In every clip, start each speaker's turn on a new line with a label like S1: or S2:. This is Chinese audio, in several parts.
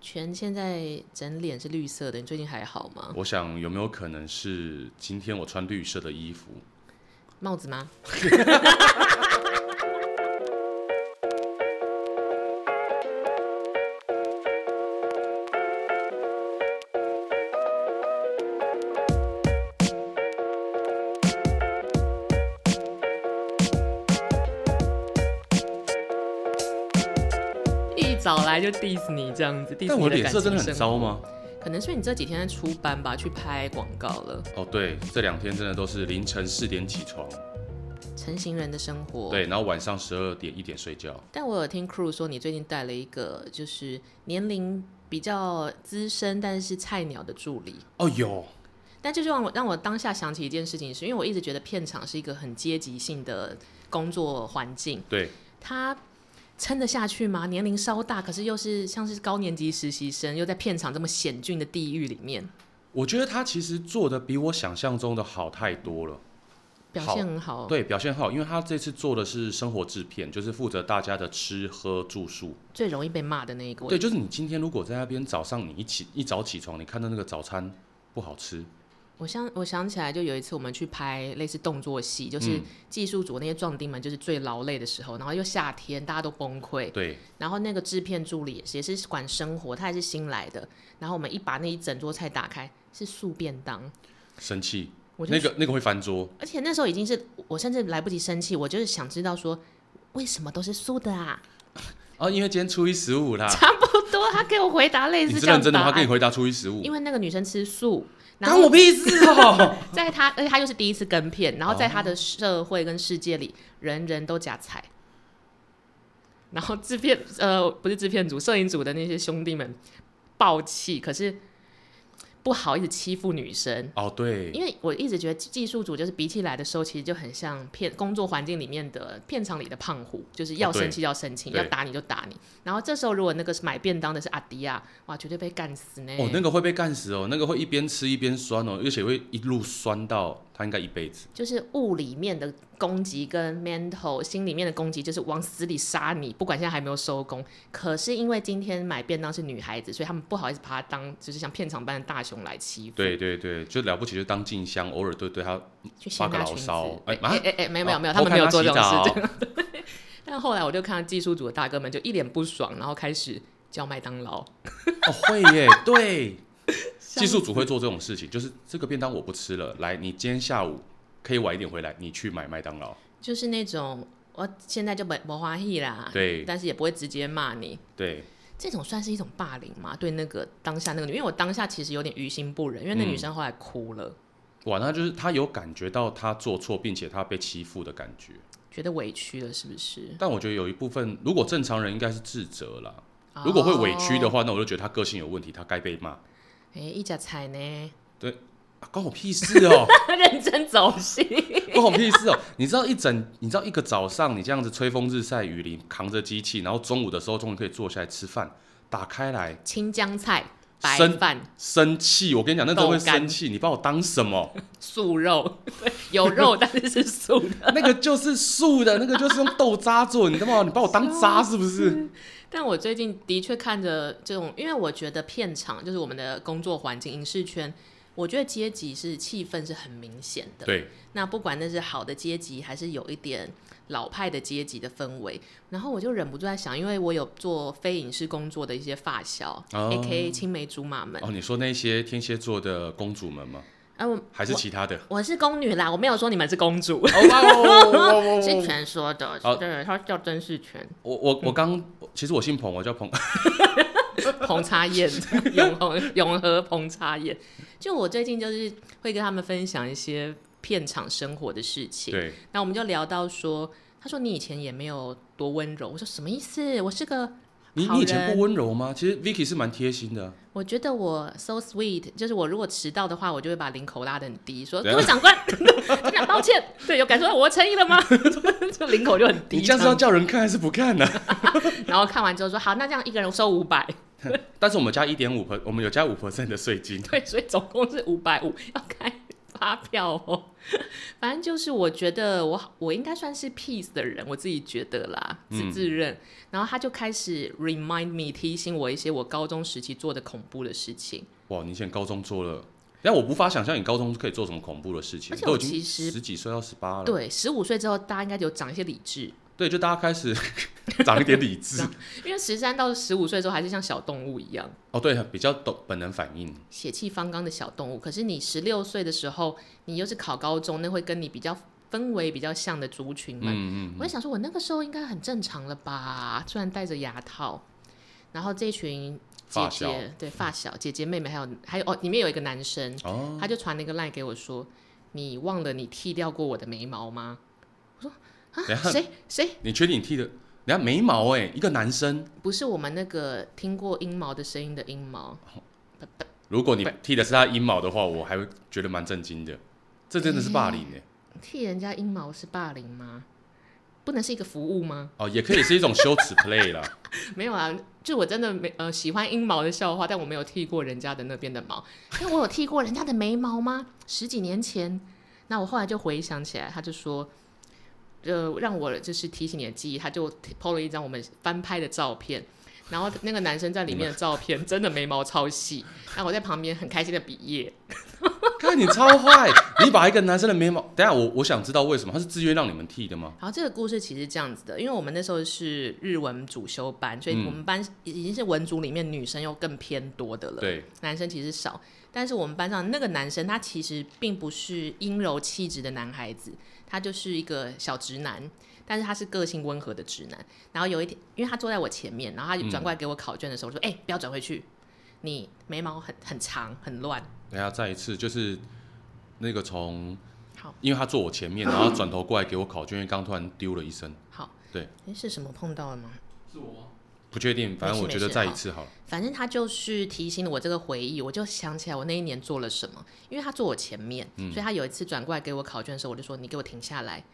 S1: 全现在整脸是绿色的，你最近还好吗？
S2: 我想有没有可能是今天我穿绿色的衣服？
S1: 帽子吗？ 一早来就 diss 你这样子，diss
S2: 但
S1: 你
S2: 我
S1: 的
S2: 脸
S1: 感
S2: 色真
S1: 情
S2: 的
S1: 生
S2: 很糟
S1: 活？
S2: 吗？
S1: 可能是你这几天在出班吧，去拍广告了。
S2: 哦，对，这两天真的都是凌晨四点起床，
S1: 成型人的生活。。
S2: 对，然后晚上十二点一点睡觉。
S1: 但我有听 crew 说，你最近带了一个就是年龄比较资深但是菜鸟的助理。
S2: 哦，有，
S1: 但这就让我让我当下想起一件事情是，因为我一直觉得片场是一个很阶级性的工作环境，
S2: 对，
S1: 他撑得下去吗？年龄稍大，可是又是像是高年级实习生，又在片场这么险峻的地狱里面，
S2: 我觉得他其实做的比我想象中的好太多了。
S1: 表
S2: 好
S1: 现很好。
S2: 对，表现好，因为他这次做的是生活制片，就是负责大家的吃喝住宿。
S1: 最容易被骂的那一个，
S2: 对，就是你今天如果在那边早上你一起一早起床，你看到那个早餐不好吃，
S1: 我想我想起来，就有一次我们去拍类似动作戏，就是
S2: 嗯
S1: 技术组那些壮丁们就是最劳累的时候，然后又夏天，大家都崩溃，
S2: 对，
S1: 然后那个制片助理也是也是管生活，他也是新来的，然后我们一把那一整桌菜打开是素便当，
S2: 生气，
S1: 我就
S2: 那个那个会翻桌。
S1: 而且那时候已经是我甚至来不及生气，我就是想知道说为什么都是素的啊，
S2: 哦，因为今天初一十五啦，
S1: 差不多，他给我回答类
S2: 你
S1: 似
S2: 是
S1: 这样
S2: 认
S1: 的
S2: 真的
S1: 答
S2: 吗？他给
S1: 案
S2: 你，回答初一十五，
S1: 因为那个女生吃素，然
S2: 关
S1: 后
S2: 我屁事 哦！
S1: 在他，而且他又是第一次跟片，然后在他的社会跟世界里，人人都夹菜。然后制片呃不是制片组，摄影组的那些兄弟们爆气，可是不好意思欺负女生，
S2: 哦，对，
S1: 因为我一直觉得技术组就是比起来的时候，其实就很像片工作环境里面的片场里的胖虎，就是要
S2: 哦对
S1: 生气要生气，
S2: 对
S1: 要打你就打你。然后这时候如果那个是买便当的是阿迪亚，哇，绝对被干死呢。
S2: 哦，那个会被干死哦，那个会一边吃一边酸哦，而且会一路酸到他应该一辈子。
S1: 就是物里面的攻击跟 mental 心里面的攻击，就是往死里杀你，不管现在还没有收工。可是因为今天买便当是女孩子，所以他们不好意思把她当就是像片场般的大熊来欺负，
S2: 对对对，就了不起就当静香，偶尔对对他
S1: 去掀
S2: 发个
S1: 她
S2: 牢
S1: 裙子
S2: 骚。。
S1: 哎
S2: 哎啊，
S1: 哎哎，没有没有没有，
S2: 哦
S1: 他们没有做
S2: 偷看
S1: 这
S2: 她
S1: 种事
S2: 洗
S1: 情。但后来我就看到技术组的大哥们就一脸不爽，然后开始叫麦当劳。
S2: 哦，会耶， 对，技术组会做这种事情，就是这个便当我不吃了，来，你今天下午可以晚一点回来，你去买麦当劳。
S1: 就是那种我现在就没没欢喜啦，
S2: 对
S1: 但是也不会直接骂你。
S2: 对，
S1: 这种算是一种霸凌吗？对那个当下那个女，因为我当下其实有点于心不忍，因为
S2: 嗯
S1: 那女生后来哭了，
S2: 哇，那就是他有感觉到他做错，并且他被欺负的感觉。
S1: 觉得委屈了，是不是？
S2: 但我觉得有一部分，如果正常人应该是自责啦。如果会委屈的
S1: 哦，
S2: 话，那我就觉得他个性有问题，他该被骂。
S1: 哎、一家菜呢，
S2: 啊关我屁事哦，
S1: 认真走心，
S2: 关我屁事哦！你知道一整，你知道一个早上，你这样子吹风日晒雨淋，扛着机器，然后中午的时候终于可以坐下来吃饭，打开来
S1: 青江菜、白
S2: 生
S1: 饭、
S2: 生气，我跟你讲，那真的会
S1: 豆干
S2: 生气。你把我当什么？
S1: 素肉， 对有肉但是是素的。
S2: 那个就是素的，那个就是用豆渣做，你知道吗？你把我当渣是不是？
S1: 但我最近的确看着这种，因为我觉得片场就是我们的工作环境，影视圈，我觉得阶级是气氛是很明显的。
S2: 对，
S1: 那不管那是好的阶级，还是有一点老派的阶级的氛围，然后我就忍不住在想，因为我有做非影视工作的一些发小、
S2: 哦
S1: a K A 青梅竹马们，
S2: 哦，你说那些天蝎座的公主们吗？
S1: 哎、我
S2: 还是其他的？
S1: 我是宫女啦，我没有说你们是公 主，
S2: 哦哇哦哇哦！
S1: 是全说的，
S2: 哦
S1: 对，他叫甄世全，
S2: 我我我刚，其实我姓彭，我叫彭。
S1: 彭差 燕，永和永和彭差燕。就我最近就是会跟他们分享一些片场生活的事情，
S2: 对，
S1: 那我们就聊到说，他说你以前也没有多温柔，我说什么意思？我是个
S2: 你
S1: 好
S2: 你以前
S1: 人
S2: 不温柔吗？其实 Vicky 是蛮贴心的啊。
S1: 我觉得我 so sweet，就是我如果迟到的话，我就会把领口拉得很低，说
S2: 对
S1: 各
S2: 啊
S1: 位长官， 真的抱歉，对，有感受到我的诚意了吗？ 就领口就很低
S2: 你
S1: 这
S2: 这样是要
S1: 样，
S2: 叫人看还是不看呢、
S1: 然后看完之后说好，那这样一个人收五百，
S2: 但是我们加一点五我们有加五 percent 的税金。
S1: 对，所以总共是五百五，要开发票哦。反正就是我觉得我好我应该算是 peace 的人，我自己觉得啦，自
S2: 嗯
S1: 自认。然后他就开始 remind me 提醒我一些我高中时期做的恐怖的事情。
S2: 哇，你以前高中做了，但我无法想象你高中可以做什么恐怖的事情，
S1: 而且
S2: 都
S1: 我
S2: 已经
S1: 其实
S2: 十几岁到十八了，
S1: 对，十五岁之后大家应该有长一些理智，
S2: 对，就大家开始 长一点理 智
S1: 长。因为十三到十五岁的时候还是像小动物一样。
S2: 哦，对，比较懂本能反应。
S1: 血气方刚的小动物。可是你十六岁的时候，你又是考高中，那会跟你比较氛围比较像的族群们。
S2: 嗯嗯
S1: 我就想说，我那个时候应该很正常了吧？虽然戴着牙套，然后这群姐
S2: 发小嗯
S1: 姐对发小姐姐妹妹还有还有哦，里面有一个男生，
S2: 哦，
S1: 他就传了一个 line 给我说：“你忘了你剃掉过我的眉毛 吗？”我说：“
S2: 等
S1: 啊
S2: 一，下
S1: 谁谁
S2: 你确定你剃的？人家眉毛哎、一个男生，
S1: 不是我们那个听过阴毛的声音的阴毛？
S2: 如果你
S1: 不
S2: 剃的是他阴毛的话，我还会觉得蛮震惊的。这真的是霸凌哎、
S1: 剃人家阴毛是霸凌吗？不能是一个服务吗？”
S2: 哦，也可以是一种羞耻 play 啦。
S1: 没有啊，就我真的没呃喜欢阴毛的笑话，但我没有剃过人家的那边的毛。那我有剃过人家的眉毛吗？十几年前，那我后来就回想起来，他就说，呃，让我就是提醒你的记忆，他就 PO 了一张我们翻拍的照片。然后那个男生在里面的照片真的眉毛超细，那我在旁边很开心的比耶，
S2: 看你超坏，你把一个男生的眉毛，等一下我我想知道为什么他是自愿让你们剃的吗？
S1: 然后这个故事其实这样子的，因为我们那时候是日文主修班，所
S2: 嗯
S1: 以我们班已经是文组里面女生又更偏多的了。
S2: 对，
S1: 男生其实少，但是我们班上那个男生他其实并不是阴柔气质的男孩子，他就是一个小直男，但是他是个性温和的直男。然后有一天，因为他坐在我前面，然后他就转过来给我考卷的时候，我说：“
S2: 嗯
S1: 哎、不要转回去，你眉毛很很长，很乱。
S2: 等一下再一次就是那个从，
S1: 好，
S2: 因为他坐我前面，然后转头过来给我考卷，因为刚突然丢了一声，”
S1: 好，
S2: 对，
S1: 诶是什么碰到了吗？
S2: 是我吗？不确定，反
S1: 没
S2: 正
S1: 事
S2: 我觉得
S1: 没事
S2: 再一
S1: 好
S2: 次好了。
S1: 反正他就是提醒了我这个回忆，我就想起来我那一年做了什么。因为他坐我前面，
S2: 嗯
S1: 所以他有一次转过来给我考卷的时候，我就说：“你给我停下来，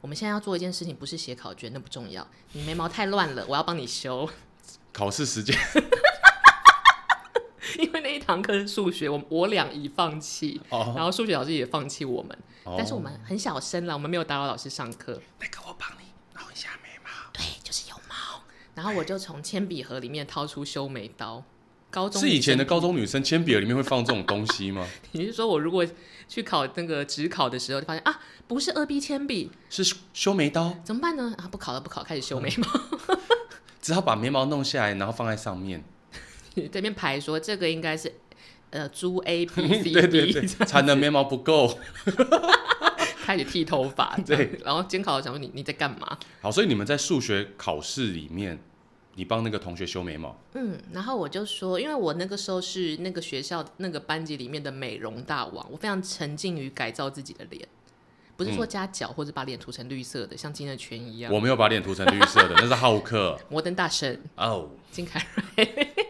S1: 我们现在要做一件事情，不是写考卷，那不重要。你眉毛太乱了，我要帮你修。
S2: 考试时间
S1: 因为那一堂课是数学，我我俩已放弃，
S2: 哦，
S1: 然后数学老师也放弃我们，
S2: 哦
S1: 但是我们很小声了，我们没有打扰老师上课。
S2: 那个我帮你弄一下眉毛，
S1: 对，就是有毛。然后我就从铅笔盒里面掏出修眉刀。高中
S2: 哦是以前的
S1: 女生
S2: 高中女生铅笔盒里面会放这种东西吗？
S1: 你是说我如果去考那个职考的时候，就发现啊，不是二 B 铅笔，
S2: 是修修眉刀，
S1: 怎么办呢？啊，不考了，不考，开始修眉毛，
S2: 只好把眉毛弄下来，然后放在上面。
S1: 这边排说这个应该是呃猪 A B
S2: 对
S1: C D，
S2: 对对，缠的眉毛不够。
S1: 开始剃头 发，
S2: 对
S1: 这样子， 然后监考想说你你在干嘛？
S2: 好，所以你们在数学考试里面，你帮那个同学修眉毛，
S1: 嗯，然后我就说，因为我那个时候是那个学校那个班级里面的美容大王，我非常沉浸于改造自己的脸，不是说加角或者把脸涂成绿色的，像金乐圈一样。
S2: 嗯我没有把脸涂成绿色 的，那是浩克
S1: 摩登大神
S2: 哦。
S1: 金凯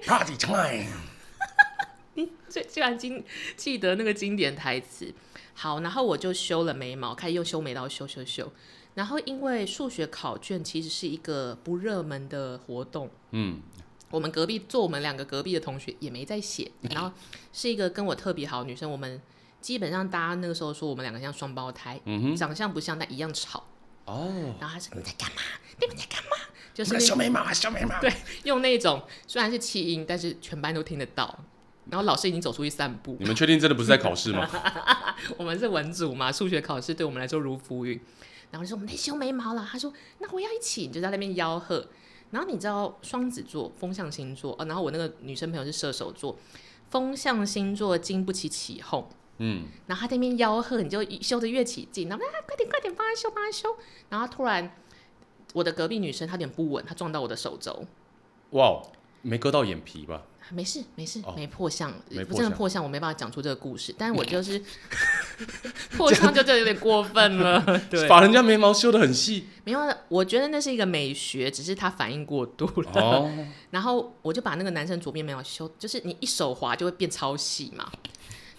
S2: Party time！
S1: 最居然经记得那个经典台词。好，然后我就修了眉毛，开始用修眉刀修修修。然后因为数学考卷其实是一个不热门的活动，
S2: 嗯，
S1: 我们隔壁坐我们两个隔壁的同学也没在写，
S2: 嗯
S1: 然后是一个跟我特别好的女生，我们基本上大家那个时候说我们两个像双胞胎，
S2: 嗯哼
S1: 长相不像但一样吵。
S2: 哦，
S1: 然后她说你在干嘛？你们在干嘛？就是
S2: 我
S1: 那
S2: 在修眉毛，修眉毛。
S1: 对， 用那种虽然是气音，但是全班都听得到。然后老师已经走出去散步，
S2: 你们确定真的不是在考 试吗？
S1: 我们是文组嘛，数学考试对我们来说如浮云。然后就说我们在修眉毛啦，他说那我要一起，你就在那边吆喝。然后你知道双子座风象星座哦，然后我那个女生朋友是射手座，风象星座经不起起哄，
S2: 嗯，
S1: 然后他在那边吆喝，你就修的越起劲，然后啊快点快点帮他修帮他修，然后突然我的隔壁女生她有点不稳，她撞到我的手肘，
S2: 哇哦，没割到眼皮吧？
S1: 没事没事
S2: 哦，
S1: 没破相，
S2: 没
S1: 不
S2: 破
S1: 真的
S2: 相
S1: 破相，我没办法讲出这个故事，但是我就是 破相就这有点过分了，对，
S2: 把人家眉毛修得很细
S1: 没有啊，我觉得那是一个美学，只是他反应过度了。
S2: 哦。
S1: 然后我就把那个男生左边眉毛修，就是你一手滑就会变超细嘛。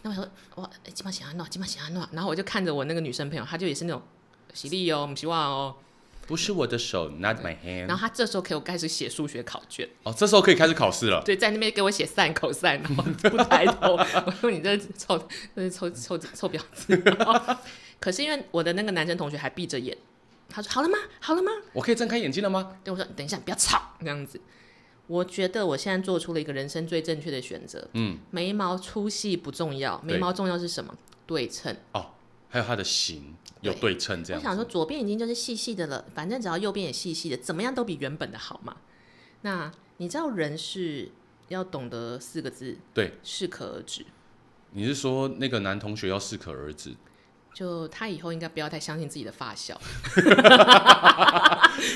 S1: 那我说哇，哎基本喜欢弄，基本喜欢弄。然后我就看着我那个女生朋友，她就也是那种喜力哦，不希望哦。
S2: 不是我的手，not my hand。
S1: 然后他这时候给我开始写数学考卷，
S2: 哦，这时候可以开始考试了。
S1: 对，在那边给我写散口散，然后不抬头，我说你这臭，这是臭臭臭婊子。然后可是因为我的那个男生同学还闭着眼，他说好了吗？好了吗？
S2: 我可以睁开眼睛了吗？
S1: 对我说等一下，不要吵，这样子。我觉得我现在做出了一个人生最正确的选择。
S2: 嗯，
S1: 眉毛粗细不重要，
S2: 对
S1: 眉毛重要是什么？对称。
S2: 哦，还有它的形有
S1: 对
S2: 对称这
S1: 我
S2: 样。
S1: 想说，左边已经就是细细的了，反正只要右边也细细的，怎么样都比原本的好嘛。那你知道人是要懂得四个字，
S2: 对，
S1: 适可而止。
S2: 你是说那个男同学要适可而止？
S1: 就他以后应该不要太相信自己的发小，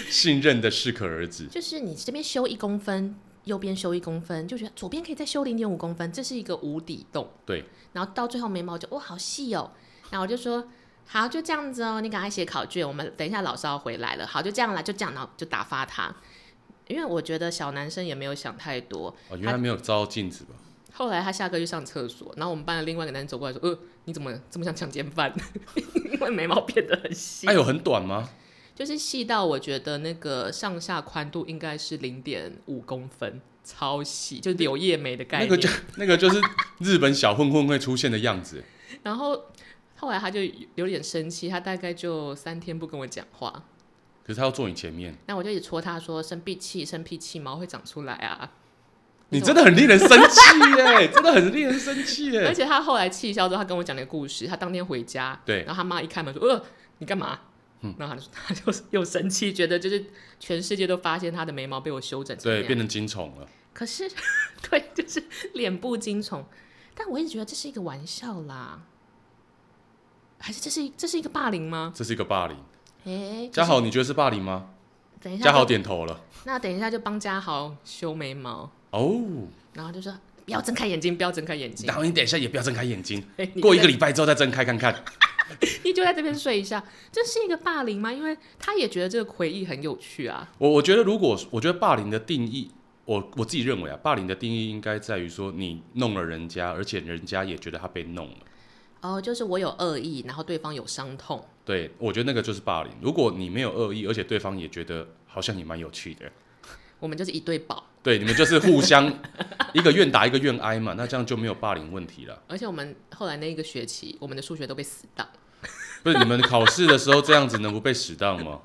S2: 信任的适可而止。
S1: 就是你这边修一公分，右边修一公分，就觉得左边可以再修零点五公分，这是一个无底洞。
S2: 对，
S1: 然后到最后眉毛就哇好细哦，然后我就说好就这样子哦，你赶快写考卷，我们等一下老师要回来了，好就这样啦，就这样，然后就打发他。因为我觉得小男生也没有想太多，
S2: 哦，原来没有照镜子吧？
S1: 后来他下课去上厕所，然后我们班的另外一个男生走过来说：“呃，你怎么这么像强奸犯？ 因为眉毛变得很细，
S2: 哎有很短吗？
S1: 就是细到我觉得那个上下宽度应该是零点五公分，超细，就柳叶眉的概
S2: 那
S1: 念。
S2: 个就 那个就是日本小混混会出现的样子。
S1: 然后后来他就有点生气，他大概就三天不跟我讲话。
S2: 可是他要坐你前面，
S1: 那我就一直戳他说生脾气，生脾气，毛会长出来啊。
S2: 你真的很令人生气耶，真的很令人生气
S1: 而
S2: 耶。
S1: 且他后来气消之后，他跟我讲了个故事。他当天回家，
S2: 对嗯
S1: 然后他妈一开门说：“呃，你干嘛？”然后他就 他就又生气，觉得就是全世界都发现他的眉毛被我修整成那
S2: 对，
S1: 样。
S2: 变成金虫了。
S1: 可是， 对，就是脸部惊虫。但我一直觉得这是一个玩笑啦，还是这是这是一个霸凌吗？
S2: 这是一个霸凌。
S1: 哎、可
S2: 嘉
S1: 是
S2: 豪，你觉得是霸凌吗？
S1: 等一下就，
S2: 嘉豪点头了。
S1: 那等一下就帮嘉豪修眉毛，
S2: 哦，
S1: 然后就说不要睁开眼睛，不要睁开眼睛
S2: 然，后你等一下也不要睁开眼睛，
S1: 嘿你
S2: 过一
S1: 就
S2: 个礼拜之后再睁开看看。
S1: 你就在这边睡一下，这是一个霸凌吗？因为他也觉得这个回忆很有趣啊。
S2: 我我觉得，如果我觉得霸凌的定义，我我自己认为啊，霸凌的定义应该在于说你弄了人家，而且人家也觉得他被弄了。
S1: 哦，就是我有恶意，然后对方有伤痛，
S2: 对，我觉得那个就是霸凌。如果你没有恶意，而且对方也觉得好像也蛮有趣的，
S1: 我们就是一对宝，
S2: 对，你们就是互相一个愿打一个愿挨嘛，那这样就没有霸凌问题了。
S1: 而且我们后来那一个学期，我们的数学都被死当。
S2: 不是你们考试的时候这样子能不被死当吗？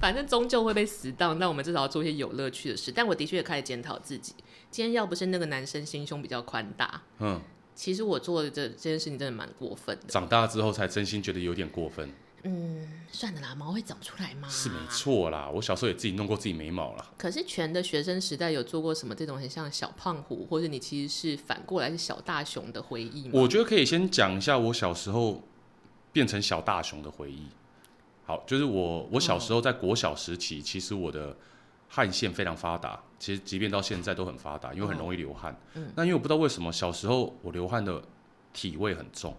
S1: 反正终究会被死当，但我们至少要做一些有乐趣的事。但我的确也开始检讨自己，今天要不是那个男生心胸比较宽大，
S2: 嗯，
S1: 其实我做的这这件事情真的蛮过分的。
S2: 长大之后才真心觉得有点过分，
S1: 嗯，算了啦，毛会长出来嘛，
S2: 是没。错啦。我小时候也自己弄过自己眉毛啦。
S1: 可是全的学生时代有做过什么这种很像小胖虎，或者你其实是反过来是小大熊的回忆吗？
S2: 我觉得可以先讲一下我小时候变成小大熊的回忆。好，就是我我小时候在国小时期，其实我的汗腺非常发达，其实即便到现在都很发达，因为很容易流汗。那因为我不知道为什么小时候我流汗的体味很重，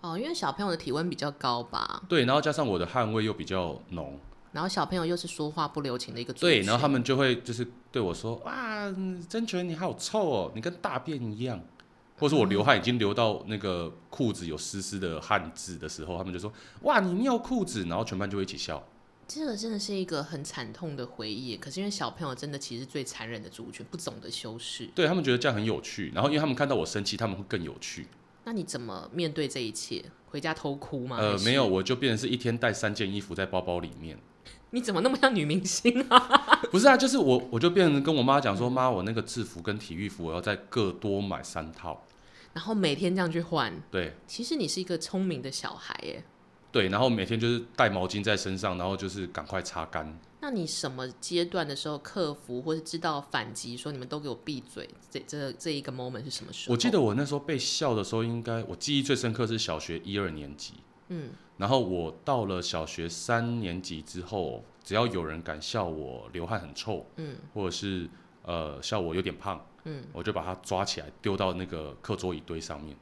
S1: 哦，因为小朋友的体温比较高吧，
S2: 对，然后加上我的汗味又比较浓，
S1: 然后小朋友又是说话不留情的一个族
S2: 对，
S1: 群
S2: 然后他们就会就是对我说：“哇，真觉得你好臭哦，你跟大便一样。”或者是我流汗已经流到那个裤子有丝丝的汗渍的时候，他们就说：“哇，你尿裤子！”然后全班就会一起笑。
S1: 这个真的是一个很惨痛的回忆，可是因为小朋友真的其实最残忍的族群，不懂得修饰。
S2: 对他们觉得这样很有趣，然后因为他们看到我生气，他们会更有趣。
S1: 那你怎么面对这一切？回家偷哭吗？还
S2: 呃，
S1: 是
S2: 没有，，我就变成是一天带三件衣服在包包里面。
S1: 你怎么那么像女明星 啊？
S2: 不是啊，就是我，我就变成跟我妈讲说：“妈，我那个制服跟体育服，我要再各多买三套。
S1: 然后每天这样去换，”
S2: 对
S1: 其实你是一个聪明的小孩耶。
S2: 对，然后每天就是带毛巾在身上，然后就是赶快擦干。
S1: 那你什么阶段的时候克服，或是知道反击，说你们都给我闭嘴，这这这一个 moment 是什么时候？
S2: 我记得我那时候被笑的时候，应该我记忆最深刻是小学一二年级，
S1: 嗯，
S2: 然后我到了小学三年级之后，只要有人敢笑我流汗很臭，
S1: 嗯，
S2: 或者是呃笑我有点胖，
S1: 嗯，
S2: 我就把他抓起来丢到那个课桌椅堆上面，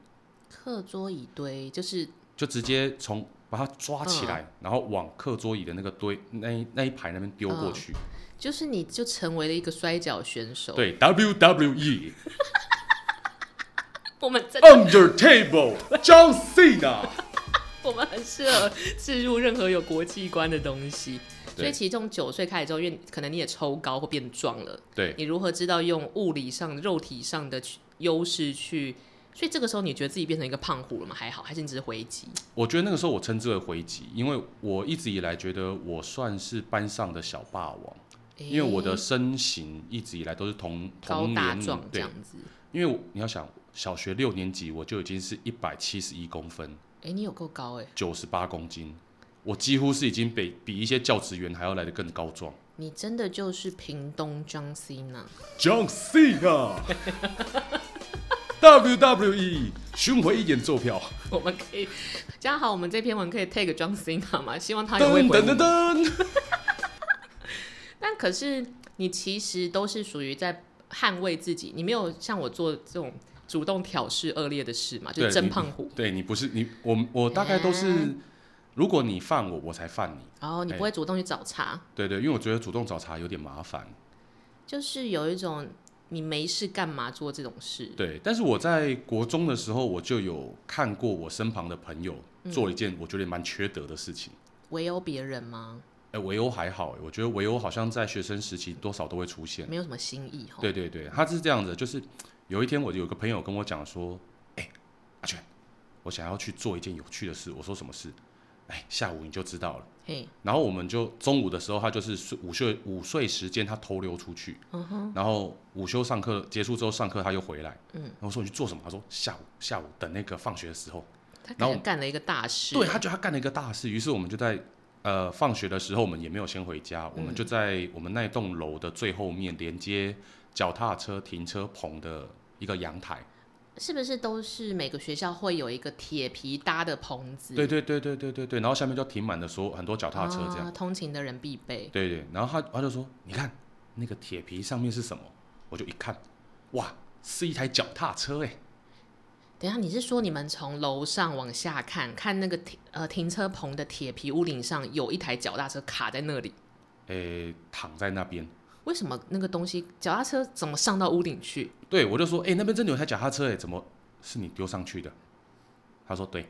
S1: 课桌椅堆就是
S2: 就直接从把他抓
S1: 嗯
S2: 起来，然后往课桌椅的那个堆那一那一排那边丢过
S1: 嗯
S2: 去，
S1: 就是你就成为了一个摔跤选手。，
S2: 对，WWE
S1: 我们真的
S2: Under Table John Cena。
S1: 我们很适合置入任何有国际观的东西。所以其实从九岁开始之后，因为可能你也抽高或变壮了，
S2: 对，
S1: 你如何知道用物理上、肉体上的去优势去？所以这个时候你觉得自己变成一个胖虎了吗？还好，还是你只是回击？
S2: 我觉得那个时候我称之为回击，因为我一直以来觉得我算是班上的小霸王，因为我的
S1: 诶
S2: 身形一直以来都是同
S1: 高
S2: 同
S1: 大
S2: 年龄
S1: 壮这
S2: 对，
S1: 样子。
S2: 因为我你要想小学六年级我就已经是一百七十一公分，
S1: 哎、你有够高哎、
S2: 九十八公斤，我几乎是已经比比一些教职员还要来得更高壮。
S1: 你真的就是屏东 John Cena。
S2: John Cena 。WWE 巡回演奏票，
S1: 我们可以嘉豪，我们这篇文可以 take John Cena 吗？希望他也会
S2: 噔
S1: 回
S2: 噔
S1: 哎我
S2: 噔
S1: 们。
S2: 噔，
S1: 但可是你其实都是属于在捍卫自己，你没有像我做这种主动挑事恶劣的事嘛，就是
S2: 对
S1: 真
S2: 你
S1: 胖虎。
S2: 对你不是你，我我大概都是，如果你犯我，我才犯你。
S1: 然后你
S2: 哎
S1: 不会主动去找茬，
S2: 对对，因为我觉得主动找茬有点麻烦。
S1: 就是有一种你没事干嘛做这种事。
S2: 对，但是我在国中的时候，我就有看过我身旁的朋友做了一件我觉得蛮缺德的事情。
S1: 围殴别人吗？
S2: 哎、围殴还好、我觉得围殴好像在学生时期多少都会出现。
S1: 没有什么新意哈。
S2: 对对对，他是这样子，就是有一天我有个朋友跟我讲说，哎、阿全，我想要去做一件有趣的事。我说什么事？哎、下午你就知道了。
S1: 嘿，
S2: 然后我们就中午的时候，他就是睡午睡午睡时间，他偷溜出去，然后午休上课结束之后上课他又回来，
S1: 嗯
S2: 然后我说你去做什么？他说下午下午等那个放学的时候，
S1: 他可
S2: 然后
S1: 能干了一个大事。
S2: 对他觉得他干了一个大事，于是我们就在呃放学的时候，我们也没有先回家，我们就在我们那栋楼的最后面连接脚踏车停车棚的一个阳台，
S1: 是不是都是每个学校会有一个铁皮搭的棚子？
S2: 对对对对对对对，然后下面就停满了所有很多脚踏车这样。
S1: 啊，通勤的人必备。
S2: 对对，然后他他就说：“你看那个铁皮上面是什么？”我就一看，哇，是一台脚踏车哎、
S1: 等一下，你是说你们从楼上往下看，看那个停呃停车棚的铁皮屋顶上有一台脚踏车卡在那里？
S2: 诶，躺在那边。
S1: 为什么那个东西脚踏车怎么上到屋顶去？
S2: 对我就说：“哎、那边真的有台脚踏车哎、怎么是你丢上去的？”他说：“对，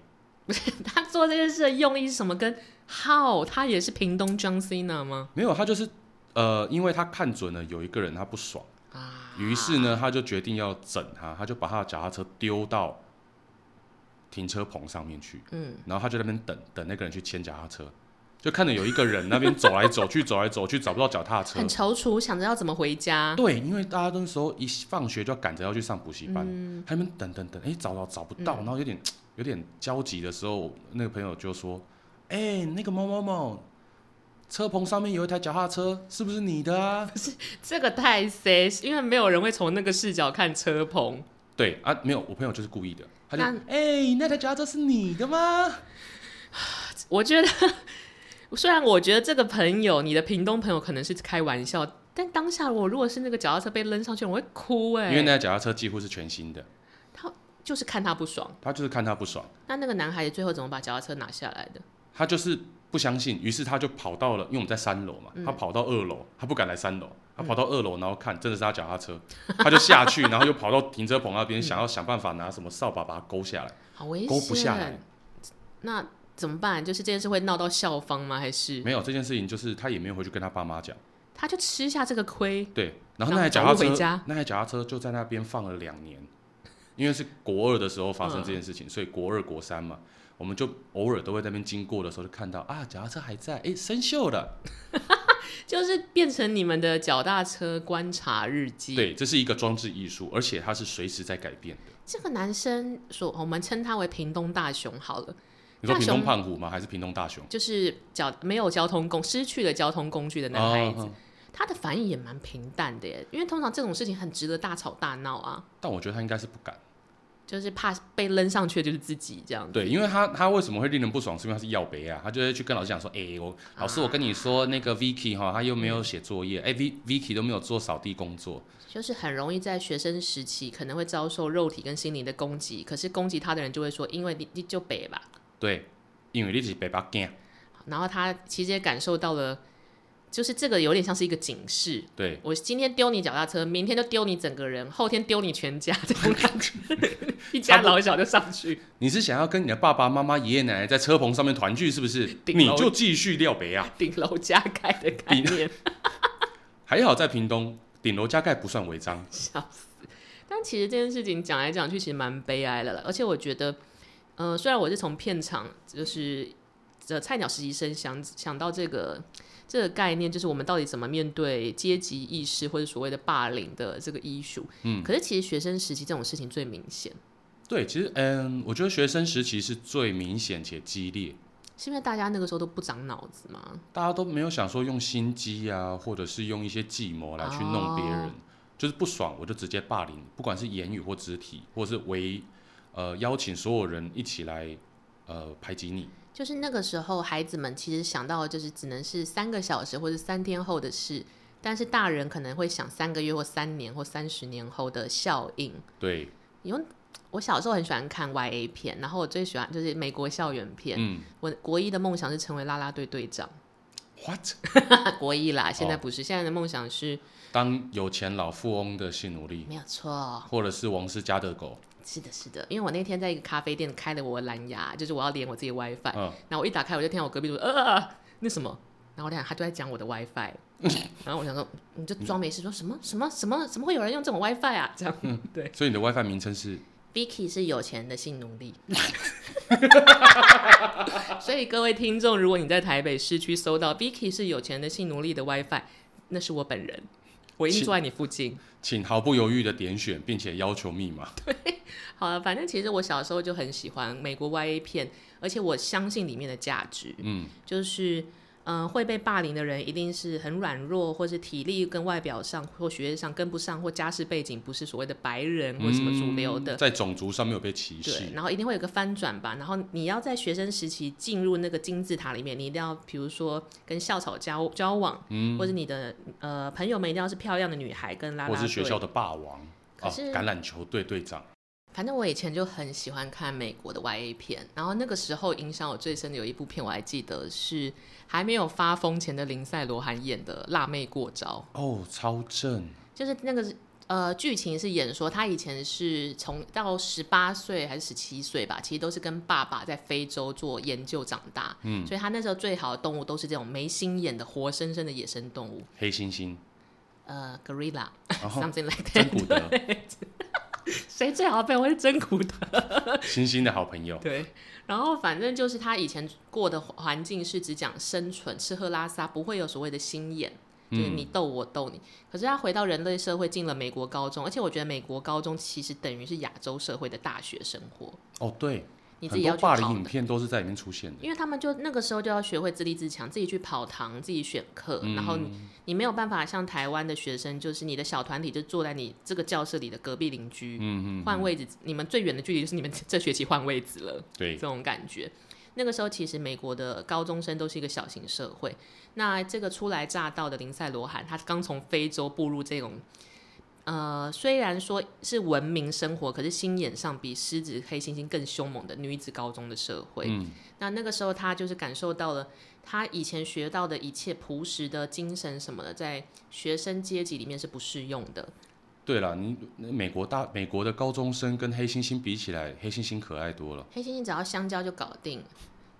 S1: 他做这件事的用意是什么？跟 how 他也是屏东 John Cena 吗？
S2: 没有，他就是呃，因为他看准了有一个人他不爽，
S1: 啊，
S2: 于是呢，他就决定要整他，他就把他的脚踏车丢到停车棚上面去。”
S1: 嗯，
S2: 然后他就在那边等等那个人去牵脚踏车，就看着有一个人那边走来走去，走来走去，找不到脚踏车
S1: 很。踌躇，想着要怎么回家。
S2: 对，因为大家那时候一放学就要赶着要去上补习班，他们等等等，哎，找到找不到，然后有点有点焦急的时候，那个朋友就说：“哎，那个某某某，车棚上面有一台脚踏车，是不是你的啊
S1: 这个太 s 因为没有人会从那个视角看车棚。？”
S2: 对啊，没有，我朋友就是故意的，他就
S1: 那
S2: 哎，那台脚踏车是你的吗？
S1: 我觉得，虽然我觉得这个朋友，你的屏东朋友可能是开玩笑，但当下我如果是那个脚踏车被扔上去，我会哭哎、
S2: 因为那台脚踏车几乎是全新的，
S1: 他就是看他不爽。
S2: 他就是看他不爽。
S1: 那那个男孩子最后怎么把脚踏车拿下来的？
S2: 他就是不相信，于是他就跑到了，因为我们在三楼嘛，
S1: 嗯
S2: 他跑到二楼，他不敢来三楼，他跑到二楼，然后看真的是他脚踏车，他就下去，然后又跑到停车棚那
S1: 嗯
S2: 边，想要想办法拿什么扫把把它勾下来，
S1: 好危险！
S2: 勾不下
S1: 啊
S2: 来。
S1: 那怎么办？就是这件事会闹到校方吗？还是
S2: 没有这件事情，就是他也没有回去跟他爸妈讲，
S1: 他就吃下这个亏？
S2: 对，然后
S1: 让
S2: 那台脚
S1: 嗯他
S2: 踏
S1: 走路回
S2: 车
S1: 家，
S2: 那台脚踏车就在那边放了两年，因为是国二的时候发生这件事
S1: 嗯
S2: 情，所以国二国三嘛。我们就偶尔都会在那边经过的时候，就看到啊，脚踏车还在，哎，生锈了。
S1: 就是变成你们的脚踏车观察日记。，
S2: 对，这是一个装置艺术，而且它是随时在改变的。
S1: 这个男生所我们称他为屏东大雄好了。
S2: 你说
S1: 大
S2: 屏
S1: 熊
S2: 东胖虎吗？还是屏东大熊？
S1: 就是脚没有交通工失去了交通工具的男孩子，
S2: 哦
S1: 他的反应也蛮平淡的耶，因为通常这种事情很值得大吵大闹啊，
S2: 但我觉得他应该是不敢。
S1: 就是怕被扔上去的就是自己这样子。
S2: 对，因为他他为什么会令人不爽，是因为他是要杯啊，他就会去跟老师讲说，哎、我老师，我跟你说，那个 Vicky 哈，他又没有写作业，哎、v Vicky 都没有做扫地工作，
S1: 就是很容易在学生时期可能会遭受肉体跟心灵的攻击，可是攻击他的人就会说，因为你你就北吧，
S2: 对，因为你是北巴囝，
S1: 然后他其实也感受到了。就是这个有点像是一个警示。
S2: 对，
S1: 我今天丢你脚踏车，明天就丢你整个人，后天丢你全家，这种感觉， 一家老小就上去。
S2: 你是想要跟你的爸爸妈妈、爷爷奶奶在车棚上面团聚，是不是？
S1: 顶
S2: 你
S1: 楼
S2: 就继续廖北啊！
S1: 顶楼加盖的概念。
S2: 还好在屏东，顶楼加盖不算违章。
S1: 但其实这件事情讲来讲去，其实蛮悲哀的了。而且我觉得，呃，虽然我是从片场就是这菜鸟实习生想想到这个这个概念，就是我们到底怎么面对阶级意识或者所谓的霸凌的这个医术。
S2: 嗯，
S1: 可是其实学生时期这种事情最明显，
S2: 对，其实嗯，我觉得学生时期是最明显且激烈，
S1: 是因为大家那个时候都不长脑子嘛。
S2: 大家都没有想说用心机啊，或者是用一些计谋来去弄别人，
S1: 哦
S2: 就是不爽我就直接霸凌，不管是言语或肢体，或者是为呃邀请所有人一起来呃排挤你。
S1: 就是那个时候，孩子们其实想到的就是只能是三个小时或者三天后的事，但是大人可能会想三个月或三年或三十年后的效应。
S2: 对，
S1: 因为我小时候很喜欢看 Y A 片，然后我最喜欢就是美国校园片。
S2: 嗯
S1: 我国一的梦想是成为啦啦队队长，
S2: ，what？
S1: 国一啦，现在不是，现在的梦想是
S2: 当有钱老富翁的性奴隶，
S1: 没有错，
S2: 或者是王室家的狗，嗯
S1: 是的，是的。因为我那天在一个咖啡店开了我的蓝牙，就是我要连我自己的 WiFi，
S2: 嗯，
S1: 然后我一打开，我就听到我隔壁说呃，那什么。然后我俩他就在讲我的 WiFi，然后我想说，你就装没事，说什么什么什么，怎么会有人用这种 WiFi 啊？这样，对
S2: 所以你的 WiFi 名称是
S1: ，Vicky 是有钱的性奴隶。所以各位听众，如果你在台北市区搜到 Vicky 是有钱的性奴隶的 WiFi，那是我本人，我一定
S2: 是
S1: 坐在你附近。
S2: 请毫不犹豫的点选，并且要求密码。
S1: 好了，反正其实我小时候就很喜欢美国 YA 片，而且我相信里面的价值。
S2: 嗯，
S1: 就是嗯、呃会被霸凌的人一定是很软弱，或是体力跟外表上或学业上跟不上，或家世背景不是所谓的白人或什么主流的。
S2: 嗯在种族上面有被歧
S1: 对，
S2: 视。啊
S1: 然后一定会有个翻转吧。然后你要在学生时期进入那个金字塔里面，你一定要，比如说跟校草交交往，
S2: 嗯，
S1: 或者你的呃朋友们一定要是漂亮的女孩跟拉
S2: 或
S1: 拉
S2: 是学
S1: 队
S2: 校的霸王
S1: 可
S2: 啊，
S1: 是
S2: 橄榄球队队长。
S1: 反正我以前就很喜欢看美国的 YA 片，然后那个时候影响我最深的有一部片，我还记得是还没有发疯前的林赛罗韩演的《辣妹过招
S2: 哦，超正，》，
S1: 就是那个呃剧情是演说她以前是从到十八岁还是十七岁吧，其实都是跟爸爸在非洲做研究长大，
S2: 嗯，
S1: 所以她那时候最好的动物都是这种没心眼的活生生的野生动物，
S2: 黑猩猩，
S1: 呃，gorilla
S2: 然 后
S1: something like
S2: 真
S1: that，
S2: 古德，
S1: 谁最好的朋友会是真骨头？
S2: 猩猩的好朋友，
S1: 对，然后反正就是他以前过的环境是只讲生存、吃喝拉撒，不会有所谓的心眼，就是
S2: 嗯
S1: 你逗我逗你。可是他回到人类社会，进了美国高中，而且我觉得美国高中其实等于是亚洲社会的大学生活，
S2: 哦，对，
S1: 你自
S2: 很
S1: 己要
S2: 多
S1: 去
S2: 霸凌
S1: 跑
S2: 影，片都是在里面出现的。
S1: 因为他们就那个时候就要学会自立自强，自己去跑堂，自己选课，然后你
S2: 嗯
S1: 你没有办法像台湾的学生，就是你的小团体就坐在你这个教室里的隔壁邻居。
S2: 嗯嗯，
S1: 换位置，你们最远的距离就是你们这学期换位置了。
S2: 对，
S1: 这种感觉。那个时候，其实美国的高中生都是一个小型社会。那这个初来乍到的林赛罗韩，他刚从非洲步入这种，呃，虽然说是文明生活，可是心眼上比狮子、黑猩猩更凶猛的女子高中的社会。
S2: 嗯，
S1: 那那个时候，他就是感受到了他以前学到的一切朴实的精神什么的，在学生阶级里面是不适用的。
S2: 对了，你美国大美国的高中生跟黑猩猩比起来，黑猩猩可爱多了。
S1: 黑猩猩只要香蕉就搞定了。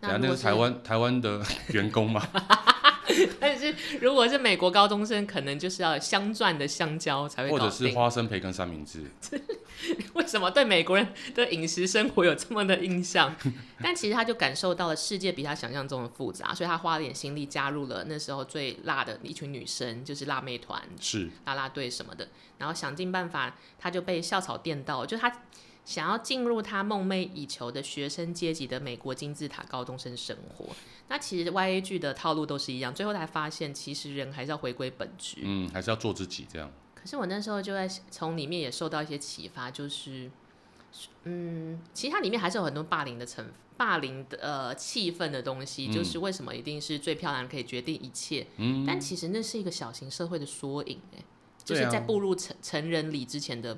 S2: 等
S1: 如
S2: 下啊那
S1: 果
S2: 是台湾台湾的员工 嘛？
S1: 但是如果是美国高中生，可能就是要镶钻的香蕉才会
S2: 或
S1: 搞
S2: 者是
S1: 定。
S2: 花生培根三明治？
S1: 为什么对美国人的饮食生活有这么的印 象？但其实他就感受到了世界比他想象中的复杂，所以他花了点心力加入了那时候最辣的一群女生，就是辣妹团、
S2: 是，
S1: 啦啦队什么的，然后想尽办法，他就被校草电到，就他想要进入他梦寐以求的学生阶级的美国金字塔高中生生活。那其实 Y A 剧的套路都是一样，最后才发现其实人还是要回归本质。
S2: 嗯，还是要做自己这样。
S1: 可是我那时候就在从里面也受到一些启发，就是，嗯，其实它里面还是有很多霸凌的成霸凌的呃气氛的东西，
S2: 嗯
S1: 就是为什么一定是最漂亮可以决定一切？
S2: 嗯，
S1: 但其实那是一个小型社会的缩影、哎，就
S2: 对啊
S1: 是在步入成成人礼之前的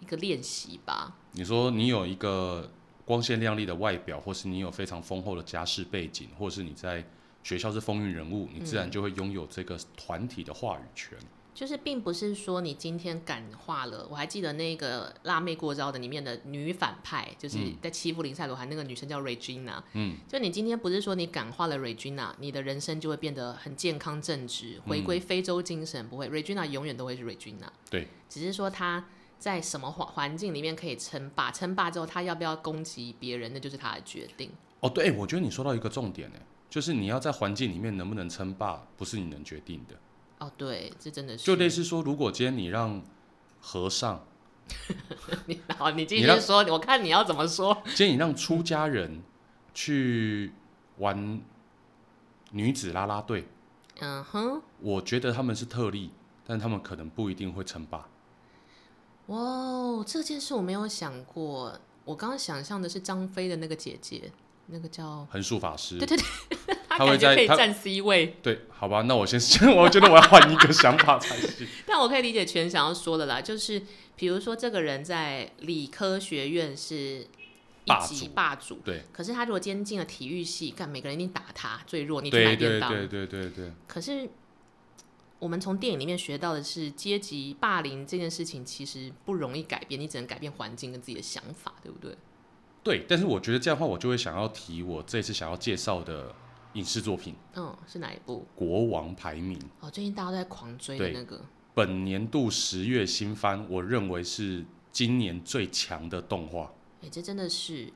S1: 一个练习吧。
S2: 你说你有一个光鲜亮丽的外表，或是你有非常丰厚的家世背景，或是你在学校是风云人物，你自然就会拥有这个团体的话语权。
S1: 就是并不是说你今天感化了，我还记得那个《辣妹过招》的里面的女反派，就是在欺负林赛罗韩那个女生叫 Regina。
S2: 嗯，
S1: 就你今天不是说你感化了 Regina，你的人生就会变得很健康正直，回
S2: 嗯
S1: 归非洲精神，不会 Regina 永远都会是 Regina。
S2: 对，
S1: 只是说她在什么环环境里面可以称霸，称霸之后她要不要攻击别人，那就是她的决定。
S2: 哦，对，我觉得你说到一个重点呢，就是你要在环境里面能不能称霸，不是你能决定的。
S1: 哦，对，这真的是
S2: 就类似说，如果今天你让 和尚，
S1: 你 好，你继
S2: 你
S1: 续
S2: 让
S1: 说，我看你要怎么说。
S2: 今天你让出家人去玩女子啦啦队，
S1: 嗯哼，
S2: 我觉得他们是特例，但他们可能不一定会称霸。
S1: 哇哦，这件事我没有想过。我刚刚想象的是张飞的那个姐姐，那个 叫
S2: 横竖法师，
S1: 哦对对对，她
S2: 会
S1: 感觉
S2: 在
S1: 可以
S2: 她
S1: 站 C 位，
S2: 对，好吧，那我先， 我觉得我要换一个想法才 行。
S1: 但我可以理解全想要说的啦，就是比如说这个人在理科学院是一
S2: 霸
S1: 级
S2: 主
S1: 霸主，
S2: 对，
S1: 可是他如果今天进了体育系，干每个人一定打他最弱，你去买
S2: 对
S1: 便
S2: 对
S1: 当。
S2: 对对对对，
S1: 可是我们从电影里面学到的是，阶级霸凌这件事情其实不容易改变，你只能改变环境跟自己的想法，对不对？
S2: 对，但是我觉得这样的话，我就会想要提我这次想要介绍的影视作品
S1: 嗯，是哪一部
S2: 《？国王排名》，
S1: 哦，最近大家都在狂追的
S2: 对
S1: 那个。
S2: 本年度十月新番，我认为是今年最强的动画，
S1: 哎、这真的是，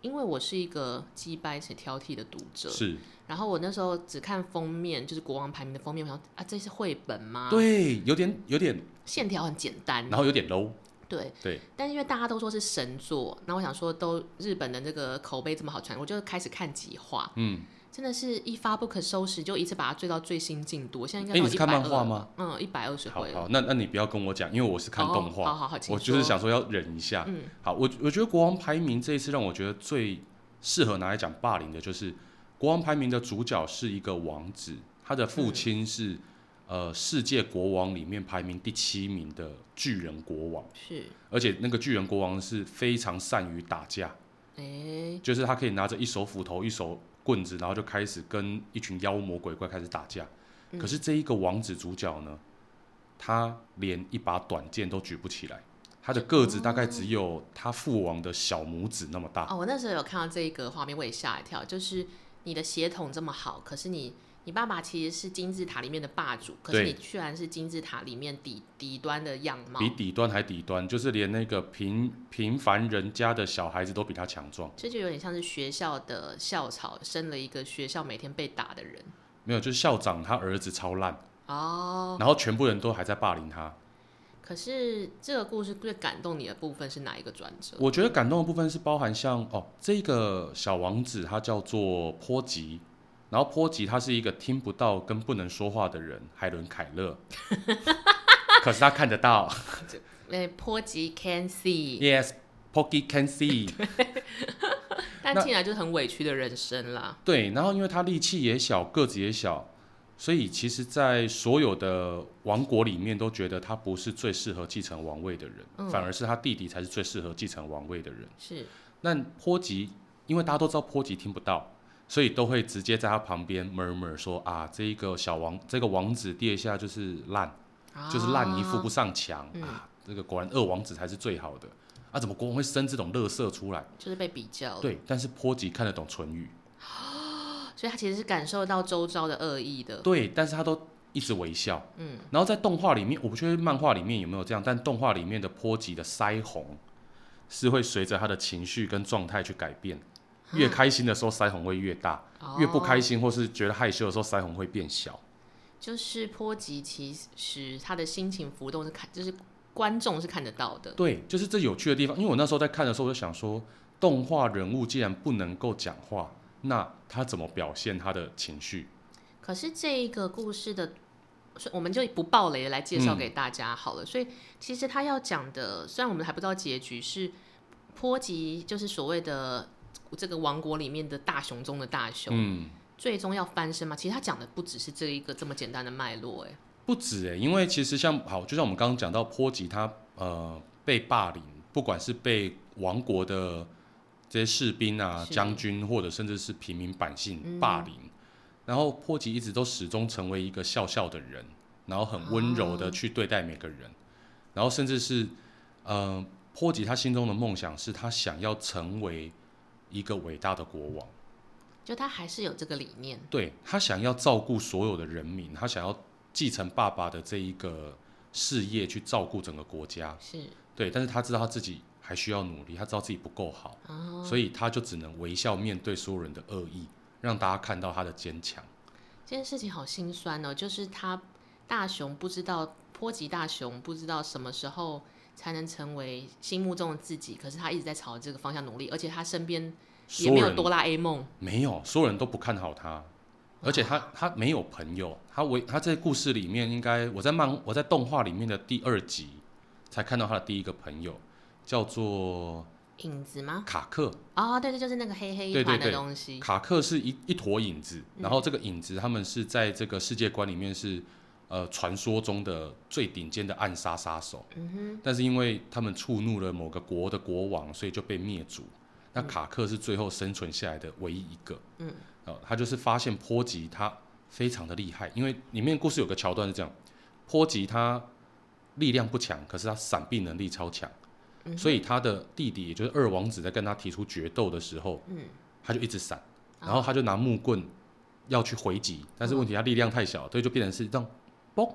S1: 因为我是一个鸡掰且挑剔的读者，
S2: 是
S1: 然后我那时候只看封面，就是国王排名的封面，我想啊，这是绘本吗？，
S2: 对，有点有点，
S1: 线条很简单
S2: 然，后有点 low，
S1: 对。
S2: 对，
S1: 但因为大家都说是神作，那我想说都日本的这个口碑这么好传，我就开始看几话，
S2: 嗯，
S1: 真的是一发不可收拾，就一次把它追到最新进度。我现在应该
S2: 诶
S1: 到
S2: 你是看漫
S1: 120
S2: 画吗？
S1: 嗯，一百二十
S2: 好
S1: 回了。
S2: 好，那那你不要跟我讲，因为我是看
S1: 哦
S2: 动
S1: 好
S2: 画，
S1: 好好，请
S2: 我就是
S1: 说
S2: 想说要忍一下。
S1: 嗯
S2: 好，我我觉得国王排名这一次让我觉得最适合拿来讲霸凌的，就是国王排名的主角是一个王子，他的
S1: 嗯
S2: 父亲是、呃世界国王里面排名第七名的巨人国王，
S1: 是，
S2: 而且那个巨人国王是非常善于打架，
S1: 哎、
S2: 就是他可以拿着一手斧头一手棍子，然后就开始跟一群妖魔鬼怪开始打架。
S1: 嗯
S2: 可是这一个王子主角呢，他连一把短剑都举不起来，他的个子大概只有他父王的小拇指那么大。
S1: 哦，我那时候有看到这一个画面，我也吓一跳。就是你的血统这么好，可是你你爸爸其实是金字塔里面的霸主，可是
S2: 对
S1: 你居然是金字塔里面底底端的样貌
S2: 比，底端还底端，就是连那个平平凡人家的小孩子都比他强壮。
S1: 这就有点像是学校的校草生了一个学校每天被打的人
S2: 没有，就是校长他儿子超烂，
S1: 哦。
S2: 然后全部人都还在霸凌他。
S1: 可是这个故事最感动你的部分是哪一个转折？
S2: 我觉得感动的部分是包含像哦，这个小王子他叫做波吉，然后波吉他是一个听不到跟不能说话的人，海伦凯勒，可是他看得到
S1: 哎，波及 can see，
S2: ，Yes。Poggy can see，
S1: 但
S2: 那
S1: 进来就是很委屈的人生啦。
S2: 对，然后因为他力气也小，个子也小，所以其实，在所有的王国里面，都觉得他不是最适合继承王位的人，
S1: 嗯
S2: 反而是他弟弟才是最适合继承王位的人。
S1: 是，
S2: 那波吉，因为大家都知道波吉听不到，所以都会直接在他旁边 murmur 说啊，这一个小王，这个王子殿下就是烂，就是烂泥扶不
S1: 啊
S2: 上墙啊
S1: 嗯
S2: 这个果然二王子才是最好的啊，怎么国王会生这种乐色出来？
S1: 就是被比较了。
S2: 对，但是波吉看得懂唇语，
S1: 所以他其实是感受到周遭的恶意的。
S2: 对，但是他都一直微笑。
S1: 哦嗯，
S2: 然后在动画里面，我不确定漫画里面有没有这样，但动画里面的波吉的腮红是会随着他的情绪跟状态去改变，越开心的时候腮红会越大。越不开
S1: 哦、
S2: 心或是觉得害羞的时候，腮红会变小。
S1: 就是波及，其实他的心情浮动是看，就是观众是看得到的。
S2: 对，就是这有趣的地方。因为我那时候在看的时候，我就想说，动画人物既然不能够讲话，那他怎么表现他的情绪？
S1: 可是这一个故事的，所以我们就不爆雷的来介绍给大家好了。所以其实他要讲的，虽然我们还不知道结局是波及，就是所谓的这个王国里面的大熊中的大熊，
S2: 嗯，
S1: 最终要翻身吗？其实他讲的不只是这一个这么简单的脉络、哎，
S2: 不止诶、因为其实像好，就像我们刚刚讲到波吉他呃被霸凌，不管是被王国的这些士兵啊、
S1: 是
S2: 将军，或者甚至是平民百姓
S1: 嗯
S2: 霸凌，然后波吉一直都始终成为一个笑笑的人，然后很温柔
S1: 哦
S2: 的去对待每个人，然后甚至是，呃，波吉他心中的梦想是他想要成为一个伟大的国王，
S1: 就他还是有这个理念，
S2: 对他想要照顾所有的人民，他想要继承爸爸的这一个事业去照顾整个国家，
S1: 是
S2: 对，但是他知道他自己还需要努力，他知道自己不够好。
S1: 哦，
S2: 所以他就只能微笑面对所有人的恶意，让大家看到他的坚强。
S1: 这件事情好心酸哦，就是他大雄不知道，波及大雄不知道什么时候才能成为心目中的自己，可是他一直在朝这个方向努力，而且他身边也
S2: 所
S1: 没
S2: 有
S1: 有
S2: 人
S1: 哆啦 A 梦，
S2: 没有，所有人都不看好他，而且他他没有朋友，他唯他在故事里面应该我在漫我在动画里面的第二集才看到他的第一个朋友，叫做
S1: 影子吗？
S2: 卡克。
S1: 哦，对对，就是那个黑黑一
S2: 对对
S1: 团的
S2: 对
S1: 东西，嗯
S2: 卡克是一一坨影子，然后这个影子他们是在这个世界观里面是呃传说中的最顶尖的暗杀杀手。
S1: 嗯哼，
S2: 但是因为他们触怒了某个国的国王，所以就被灭族。
S1: 嗯
S2: 那卡克是最后生存下来的唯一一个。
S1: 嗯，
S2: 哦，他就是波吉，波及他非常的厉害，因为里面故事有个桥段是这样：波及他力量不强，可是他闪避能力超强，
S1: 嗯哼
S2: 所以他的弟弟也就是二王子在跟他提出决斗的时候，
S1: 嗯，
S2: 他就一直闪，
S1: 啊
S2: 然后他就拿木棍要去回击，但是问题他力量太
S1: 嗯
S2: 小，所以就变成是这样，嘣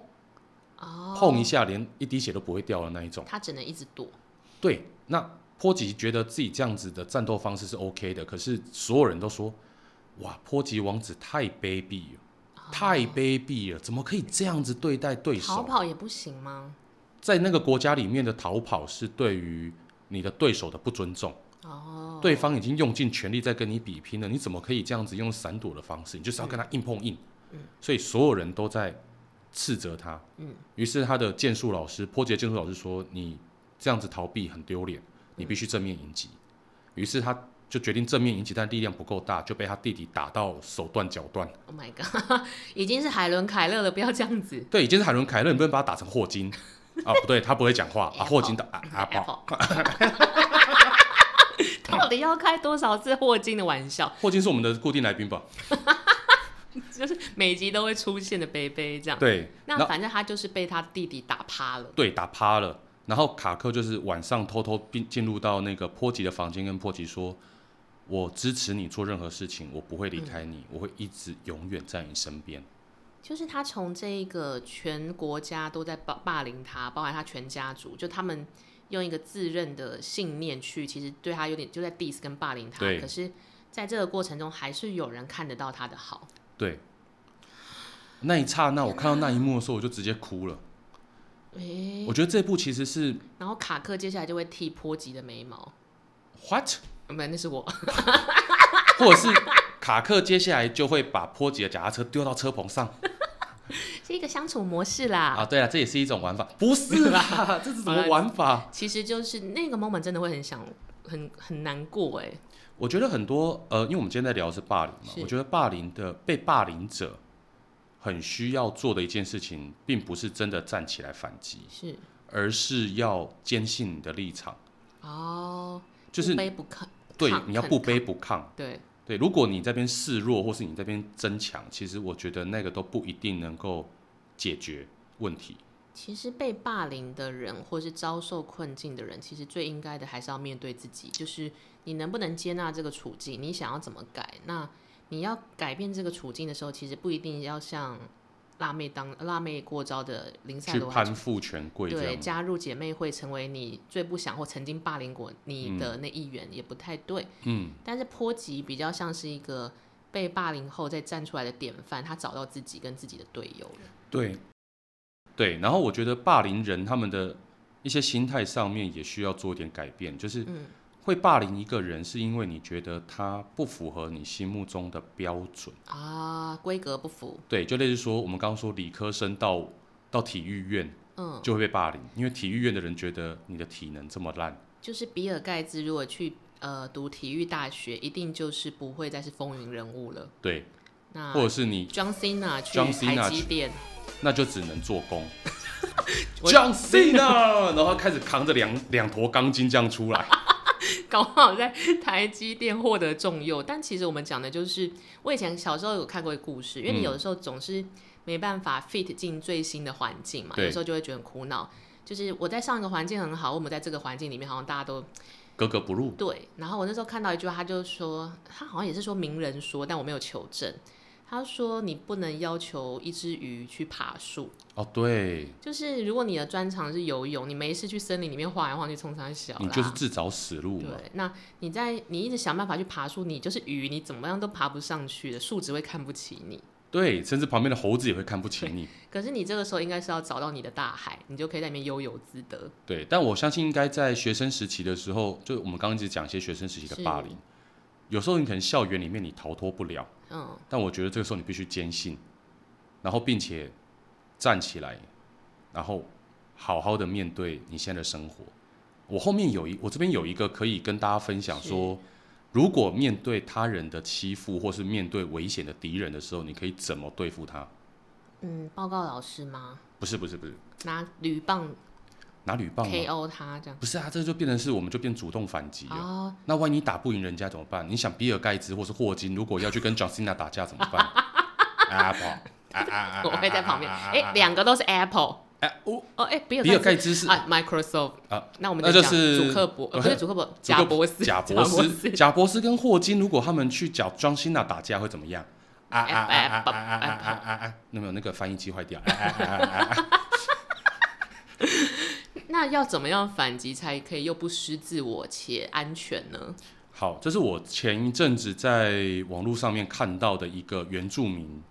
S1: 哦，
S2: 碰一下，连一滴血都不会掉的那一种。
S1: 他只能一直躲，
S2: 对，那波吉觉得自己这样子的战斗方式是 OK 的，可是所有人都说，哇，波吉王子太卑鄙了，太
S1: 哦
S2: 卑鄙了，怎么可以这样子对待对
S1: 逃
S2: 手？
S1: 跑也不行吗？
S2: 在那个国家里面的逃跑是对于你的对手的不尊重，
S1: 哦，
S2: 对方已经用尽全力在跟你比拼了，你怎么可以这样子用闪躲的方式？你就是要跟他硬碰硬。所以所有人都在斥责他。
S1: 嗯
S2: 于是他的剑术老师，波杰剑术老师说：“你这样子逃避很丢
S1: 嗯
S2: 脸，你必须正面迎击。于是他就决定正面迎击，但力量不够大，就被他弟弟打到手断脚断。
S1: ，Oh my god，已 经是海伦凯勒了，不要这样子。
S2: 对，已经是海伦凯勒，你不能把他打成 霍金啊？不对，他不会讲话啊，霍金打啊啊宝，
S1: Apple，到底要开多少次霍金的玩笑？
S2: 霍金是我们的固定来宾吧？
S1: 就是每集都会出现的贝贝这样。
S2: 对，然
S1: 那
S2: 后
S1: 反正他就是被他弟弟打趴了。
S2: 对，打趴了。然后卡克就是晚上偷偷并进入到那个波吉的房间，跟波吉说：“我支持你做任何事情，我不会离开
S1: 嗯
S2: 你，我会一直永远在你身边。
S1: 就是他从这个全国家都在霸霸凌他，包含他全家族，就他们用一个自认的信念去，其实对他有点就在 diss 跟霸凌他。
S2: 对
S1: 可是在这个过程中，还是有人看得到他的好。”
S2: 对，那一刹那，我看到那一幕的时候，我就直接哭了。
S1: 诶、
S2: 我觉得这部其实是
S1: 然后卡克接下来就会剃波吉的眉毛，
S2: what，
S1: 呃没，那是我。
S2: 或者是卡克接下来就会把波吉的脚踏车丢到车棚上
S1: 是一个相处模式啦。
S2: 啊。对了，这也是一种玩法，不 是啦，这是什
S1: 好
S2: 么
S1: 啦
S2: 玩 法？
S1: 其实就是那个 moment 真的会很想，很很难过哎。
S2: 我觉得很多呃，因为我们今天在聊的是霸凌嘛，
S1: 是
S2: 我觉得霸凌的被霸凌者很需要做的一件事情，并不是真的站起来反击，
S1: 是
S2: 而是要坚信你的立场，
S1: 哦，
S2: 就是
S1: 不卑不亢，
S2: 对
S1: 亢
S2: 你要
S1: 恳
S2: 不卑不亢。
S1: 对，
S2: 对，如果你这边示弱，或是你这边争强，其实我觉得那个都不一定能够解决问题。
S1: 其实被霸凌的人或是遭受困境的人，其实最应该的还是要面对自己，就是你能不能接纳这个处境，你想要怎么改？那你要改变这个处境的时候，其实不一定要像辣妹当辣妹过招的林赛
S2: 去
S1: 罗
S2: 攀附权贵这
S1: 对，
S2: 样，
S1: 加入姐妹会成为你最不想或曾经霸凌过你的那一员、也不太对。
S2: 嗯，
S1: 但是波吉比较像是一个被霸凌后再站出来的典范，他找到自己跟自己的队友了。
S2: 对，对。然后我觉得霸凌人他们的一些心态上面也需要做一点改变，就是
S1: 嗯
S2: 会霸凌一个人，是因为你觉得他不符合你心目中的标准。
S1: 啊，规格不符，
S2: 对，就类似说我们刚刚说理科生到到体育院
S1: 嗯，
S2: 就会被霸凌，因为体育院的人觉得你的体能这么烂，
S1: 就是比尔盖茨如果去呃读体育大学，一定就是不会再是风云人物了。
S2: 对，
S1: 那
S2: 或者是你
S1: John Cena 去
S2: John Cena
S1: 台积电，
S2: 那就只能做 工。
S1: 我
S2: John Cena，然后开始扛着两两坨钢筋这样出来，
S1: 搞不好在台积电获得重用。但其实我们讲的就是，我以前小时候有看过一个故事，因为你
S2: 嗯
S1: 有的时候总是没办法 fit 进最新的环境嘛，
S2: 对
S1: 有时候就会觉得很苦恼。就是我在上一个环境很好，我们在这个环境里面好像大家都
S2: 格格不入。
S1: 对。然后我那时候看到一句话，他就说，他好像也是说名人说，但我没有求证。他说你不能要求一只鱼去爬树，
S2: 哦，对，
S1: 就是如果你的专长是游泳，你没事去森林里面晃来晃去，冲山小啦。
S2: 你就是自找死路嘛。
S1: 对，那你在你一直想办法去爬树，你就是鱼，你怎么样都爬不上去的，树只会看不起你。
S2: 对，甚至旁边的猴子也会看不起你。
S1: 可是你这个时候应该是要找到你的大海，你就可以在里面悠游自得。
S2: 对，但我相信应该在学生时期的时候，就我们刚刚一直讲一些学生时期的
S1: 是
S2: 霸凌，有时候你可能校园里面你逃脱不了，
S1: 嗯，
S2: 但我觉得这个时候你必须坚信，然后并且站起来，然后好好的面对你现在的生活。我后面有一，我这边有一个可以跟大家分享
S1: 是
S2: 说，如果面对他人的欺负或是面对危险的敌人的时候，你可以怎么对付他？
S1: 嗯，报告老师吗？
S2: 不是不是不是，
S1: 拿铝棒
S2: 拿铝棒吗？
S1: KO 他这样。
S2: 不是啊，这就变成是我们就变主动反击了。
S1: 哦，
S2: 那万一打不赢人家怎么办？你想比尔盖茨或是霍金，如果要去跟 John Cena 打架怎么办？啊不好，啊啊啊！
S1: 我会在旁边。
S2: 啊
S1: 哎，两个都是 Apple。
S2: 哎，我
S1: 哦，哎，比
S2: 比尔盖
S1: 茨
S2: 茨是
S1: 啊，Microsoft
S2: 啊，
S1: 那我们
S2: 那
S1: 就
S2: 就
S1: 讲
S2: 是
S1: 祖克伯，呃
S2: 呃
S1: 不是祖克 伯，
S2: 祖克
S1: 贾伯斯，
S2: 贾博士，贾博士跟霍金，如果他们去找 John Cena 打架会怎么样？啊啊啊啊啊啊啊啊啊！那没有那个翻译机坏掉。
S1: 那要怎么样反击才可以又不失自我且安全呢？
S2: 好，这是我前一阵子在网络上面看到的一个原住民，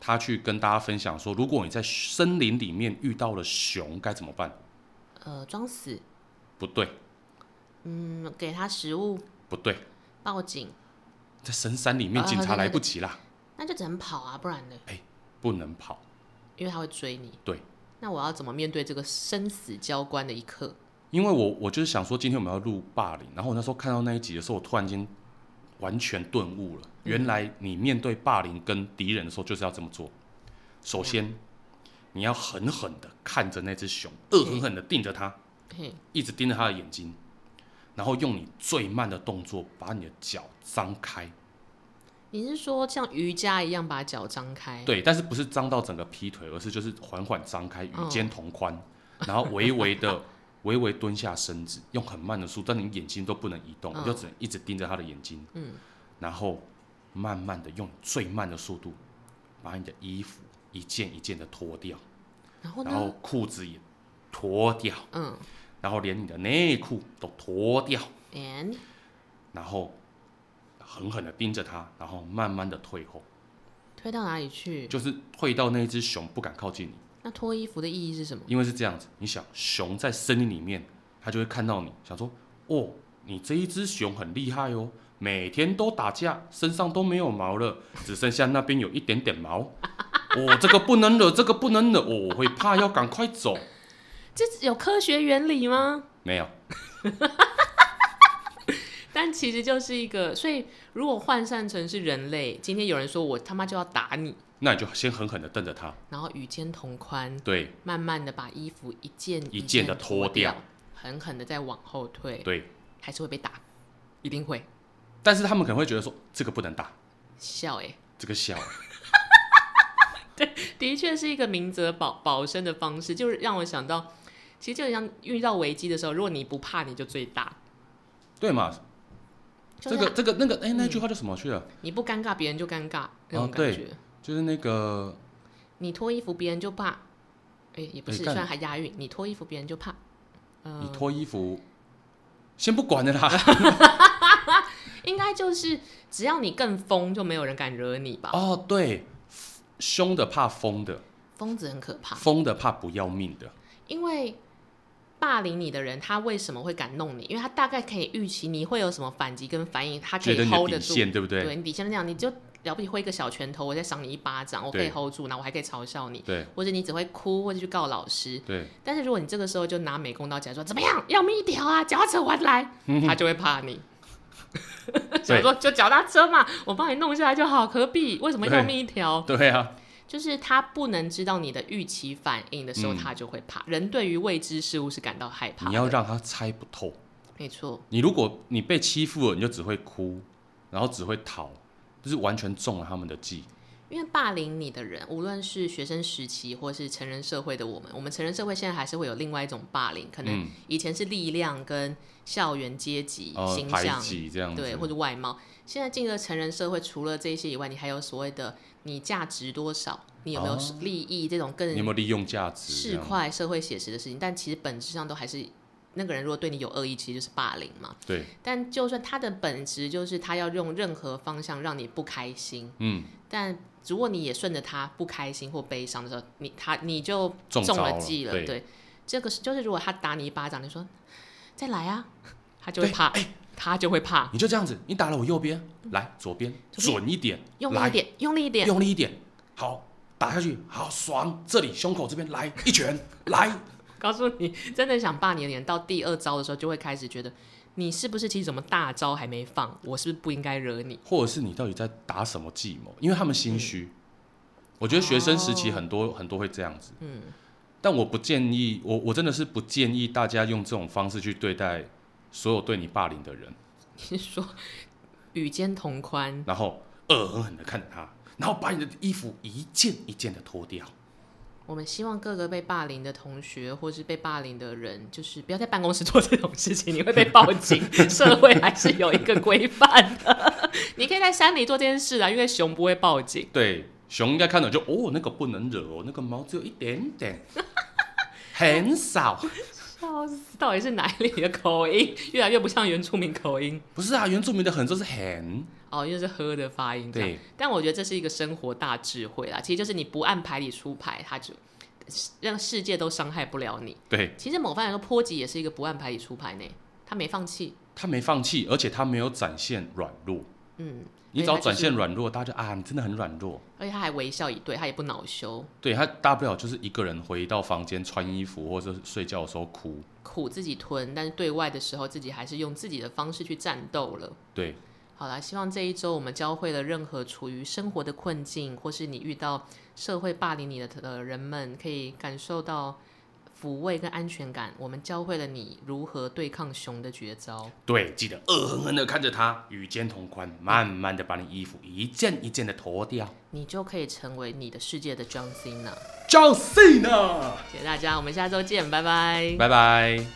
S2: 他去跟大家分享说，如果你在森林里面遇到了熊该怎么办？
S1: 呃，装死，
S2: 不对，
S1: 嗯，给他食物，
S2: 不对，
S1: 报警，
S2: 在深山里面
S1: 啊
S2: 警察
S1: 对对
S2: 来不及啦，
S1: 那就只能跑啊，不然呢？
S2: 不能跑。
S1: 因为他会追你。
S2: 对。
S1: 那我要怎么面对这个生死交关的一刻？
S2: 因为我我就是想说，今天我们要录霸凌，然后我那时候看到那一集的时候，我突然间完全顿悟了，原来你面对霸凌跟敌人的时候就是要这么做。首先，你要狠狠的看着那只熊，恶狠狠的盯着它，
S1: 嘿，
S2: 一直盯着它的眼睛，然后用你最慢的动作把你的脚张开，
S1: 你是说像瑜伽一样把脚张开？
S2: 对，但是不是张到整个劈腿，而是就是缓缓张开，与
S1: 嗯
S2: 肩同宽，然后微微的、微微蹲下身子，用很慢的速度，但你眼睛都不能移动，你就
S1: 嗯
S2: 只能一直盯着他的眼睛，
S1: 嗯，
S2: 然后慢慢的用最慢的速度把你的衣服一件一件的脱掉，
S1: 然后呢？
S2: 然后裤子也脱掉，
S1: 嗯
S2: 然后连你的内裤都脱掉，
S1: ，and
S2: 然后狠狠的盯着他，然后慢慢的退后，
S1: 推到哪里去？
S2: 就是退到那只熊不敢靠近你。
S1: 那脱衣服的意义是什么？
S2: 因为是这样子，你想熊在森林里面，它就会看到你，想说哦，你这一只熊很厉害哦，每天都打架，身上都没有毛了，只剩下那边有一点点毛。哦，这个不能惹，这个不能惹，哦、我会怕，要赶快走。
S1: 这有科学原理吗？
S2: 没有，
S1: 但其实就是一个，所以如果换算成是人类，今天有人说我他妈就要打你，
S2: 那你就先狠狠的瞪着它，
S1: 然后与肩同宽，
S2: 对
S1: 慢慢的把衣服一件
S2: 一件
S1: 件
S2: 地
S1: 的
S2: 脱
S1: 脱
S2: 掉，
S1: 狠狠的再往后退，
S2: 对。
S1: 还是会被打，一定会
S2: 但是他们可能会觉得说这个不能打，
S1: 笑哎、
S2: 这个小，
S1: 的确是一个明哲保保身的方式，就是让我想到，其实就像遇到危机的时候，如果你不怕，你就最大，
S2: 对嘛？
S1: 就嗯是
S2: 这
S1: 啊
S2: 个这个那个，哎、那句话叫什么去了？
S1: 你不尴尬，别人就尴尬那
S2: 哦
S1: 种
S2: 对
S1: 感觉。
S2: 就是那个
S1: 你脱衣服，别人就怕，哎、也不
S2: 哎
S1: 是，
S2: 干
S1: 虽然还押韵，你脱衣服，别人就怕。
S2: 你
S1: 嗯，
S2: 脱衣服，先不管了啦。
S1: 应该就是只要你更疯，就没有人敢惹你吧？
S2: 哦，对，凶的怕疯的，
S1: 疯子很可怕，
S2: 疯的怕不要命的。
S1: 因为霸凌你的人，他为什么会敢弄你？因为他大概可以预期你会有什么反击跟反应，他可
S2: 觉得
S1: 以
S2: 你的
S1: hold
S2: 底
S1: 得住。
S2: 线对不对？
S1: 你底线那样，你就了不起挥一个小拳头，我再赏你一巴掌，我可以
S2: 对
S1: hold 住，然后我还可以嘲笑你，
S2: 对
S1: 或者你只会哭，或者去告老师。
S2: 对
S1: 但是如果你这个时候就拿美工刀起来说怎么样，要命一条啊，脚踏车还来，
S2: 嗯
S1: 他就会怕你。 想说就脚踏车嘛，我帮你弄下来就好，何必为什么
S2: 对
S1: 要命一条？
S2: 对啊，
S1: 就是他不能知道你的预期反应的时候，
S2: 嗯
S1: 他就会怕。人对于未知事物是感到害怕的。
S2: 你要让他猜不透，
S1: 没错，
S2: 你如果你被欺负了，你就只会哭，然后只会逃，就是完全中了他们的计。
S1: 因为霸凌你的人，无论是学生时期或是成人社会的我们，我们成人社会现在还是会有另外一种霸凌，可能
S2: 嗯，
S1: 以前是力量跟校园阶级、
S2: 呃，
S1: 形
S2: 排
S1: 象，
S2: 挤这样子，
S1: 对，或者外貌。现在进了成人社会，除了这些以外，你还有所谓的你价值多少，你有没有
S2: 哦
S1: 利益这种
S2: 你有
S1: 更
S2: 没有利用价值？这
S1: 市
S2: 样
S1: 侩、社会写实的事情。但其实本质上都还是那个人如果对你有恶意，其实就是霸凌嘛。
S2: 对，
S1: 但就算他的本质就是他要用任何方向让你不开心，
S2: 嗯，
S1: 但如果你也顺着他不开心或悲伤的时候，你他你就
S2: 中
S1: 中
S2: 招
S1: 了
S2: 了
S1: 计了。
S2: 对
S1: 对，这个是就是如果他打你一巴掌，你说再来啊，他就会 怕，他就会怕，
S2: 你就这样子，你打了我右边，来左边，
S1: 左边
S2: 准一点，
S1: 用力一
S2: 来
S1: 点，用力一点，
S2: 用力一点，好，打下去，好爽，这里胸口这边来一拳，来，
S1: 告诉你，真的想霸你的脸，到第二招的时候就会开始觉得，你是不是其实什么大招还没放？我是不是不应该惹你？
S2: 或者是你到底在打什么计谋？因为他们心虚，我觉得学生时期很多、很多会这样子，
S1: 嗯，
S2: 但我不建议，我我真的是不建议大家用这种方式去对待所有对你霸凌的人，
S1: 你是说与肩同宽，
S2: 然后恶狠狠的看着他，然后把你的衣服一件一件的脱掉。
S1: 我们希望各个被霸凌的同学或是被霸凌的人，就是不要在办公室做这种事情，你会被报警。社会还是有一个规范的，你可以在山里做这件事啊，因为熊不会报警。
S2: 对，熊应该看到就哦，那个不能惹哦，那个毛只有一点点，很少。
S1: 笑死，哦到底是哪里的口音？越来越不像原住民口音
S2: 不是啊，原住民的很就是很，
S1: 哦，因为是喝的发音这样。
S2: 对，
S1: 但我觉得这是一个生活大智慧啦，其实就是你不按牌理出牌，它就让世界都伤害不了你。
S2: 对
S1: 其实某方面来说，波及也是一个不按牌理出牌呢，他没放弃。
S2: 他没放弃，而且他没有展现软弱。
S1: 嗯，
S2: 你只
S1: 所以
S2: 要
S1: 他就是
S2: 展现软弱，大家就啊，你真的很软弱。
S1: 而且他还微笑以对，他也不恼羞，
S2: 对他大不了就是一个人回到房间穿衣服，或者是睡觉的时候哭。
S1: 苦自己吞，但是对外的时候自己还是用自己的方式去战斗了。
S2: 对，
S1: 好啦，希望这一周我们教会了任何处于生活的困境，或是你遇到社会霸凌你的的人们，可以感受到抚慰跟安全感。我们教会了你如何对抗熊的绝招。
S2: 对，记得恶狠狠的看着他，与肩同宽，慢慢的把你衣服一件一件的脱掉。
S1: 你就可以成为你的世界的 John Cena。
S2: John Cena，
S1: 谢谢大家，我们下周见，拜拜。
S2: 拜拜。